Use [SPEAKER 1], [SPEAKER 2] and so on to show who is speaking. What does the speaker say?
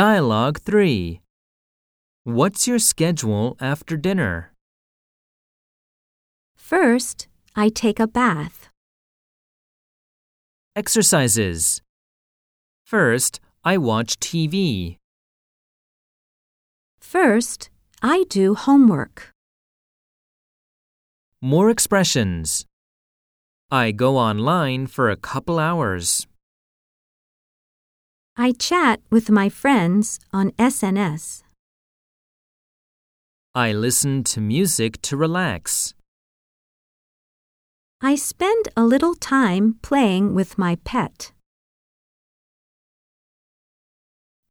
[SPEAKER 1] Dialogue 3 What's your schedule after dinner?
[SPEAKER 2] First, I take a bath.
[SPEAKER 1] Exercises. First, I watch TV.
[SPEAKER 2] First, I do homework.
[SPEAKER 1] More expressions. I go online for a couple hours.
[SPEAKER 2] I chat with my friends on SNS.
[SPEAKER 1] I listen to music to relax.
[SPEAKER 2] I spend a little time playing with my pet.